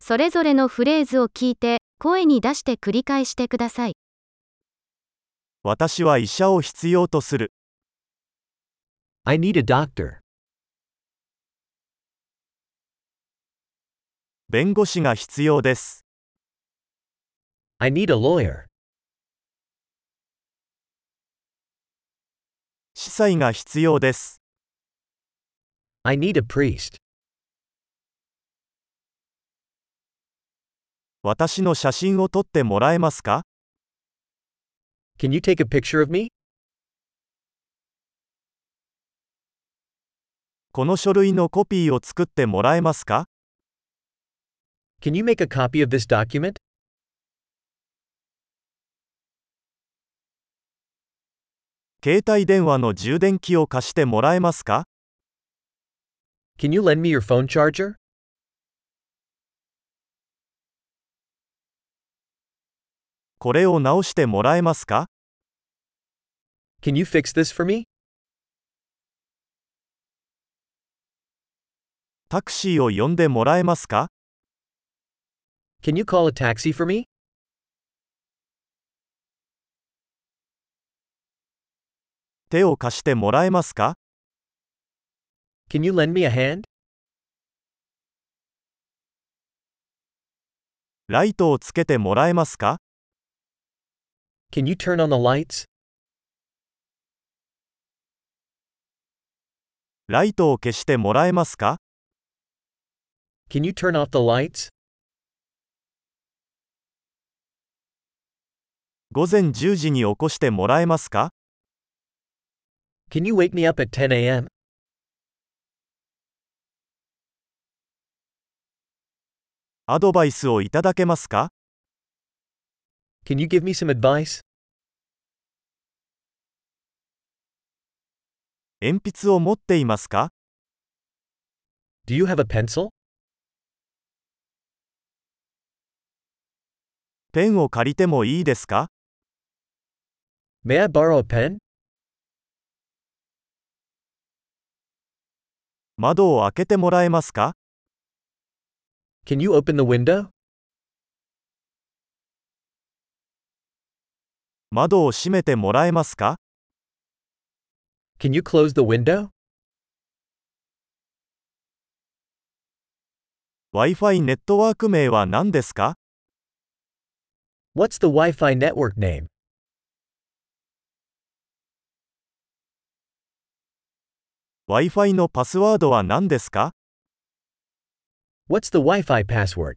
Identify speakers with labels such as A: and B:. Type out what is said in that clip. A: それぞれのフレーズを聞いて、声に出して繰り返してください。
B: 私は医者を必要とする。
C: I need a doctor.
B: 弁護士が必要です。
C: I need a lawyer.
B: 司祭が必要です。
C: I need a priest.
B: 私の写真を撮ってもらえますか
C: Can you take a picture of me?
B: この書類のコピーを作ってもらえますか
C: Can you make a copy of this document?
B: 携帯電話の充電器を貸してもらえますか
C: Can you lend me your phone charger?
B: これを直してもらえますか
C: Can you fix this for me?
B: タクシーを呼んでもらえますか
C: Can you call a taxi for me?
B: 手を貸してもらえますか
C: Can you lend me a hand?
B: ライトをつけてもらえますか
C: Can you turn on the lights?
B: ライトを消してもらえますか
C: Can you turn off the lights?
B: 午前10時に起こしてもらえますか
C: Can you wake me up at 10 a.m.?
B: アドバイスをいただけますか
C: Can you give me some advice?
B: 鉛筆を持っていますか
C: Do you have a pencil?
B: ペンを借りてもいいですか
C: May I borrow a pen?
B: 窓を開けてもらえますか
C: Can you open the window?
B: 窓を閉めてもらえますか
C: Can you close the window?
B: Wi-Fi ネットワーク名は何ですか
C: What's the Wi Fi network name?
B: ワ i f i のパスワードは何ですか
C: What's the Wi Fi password?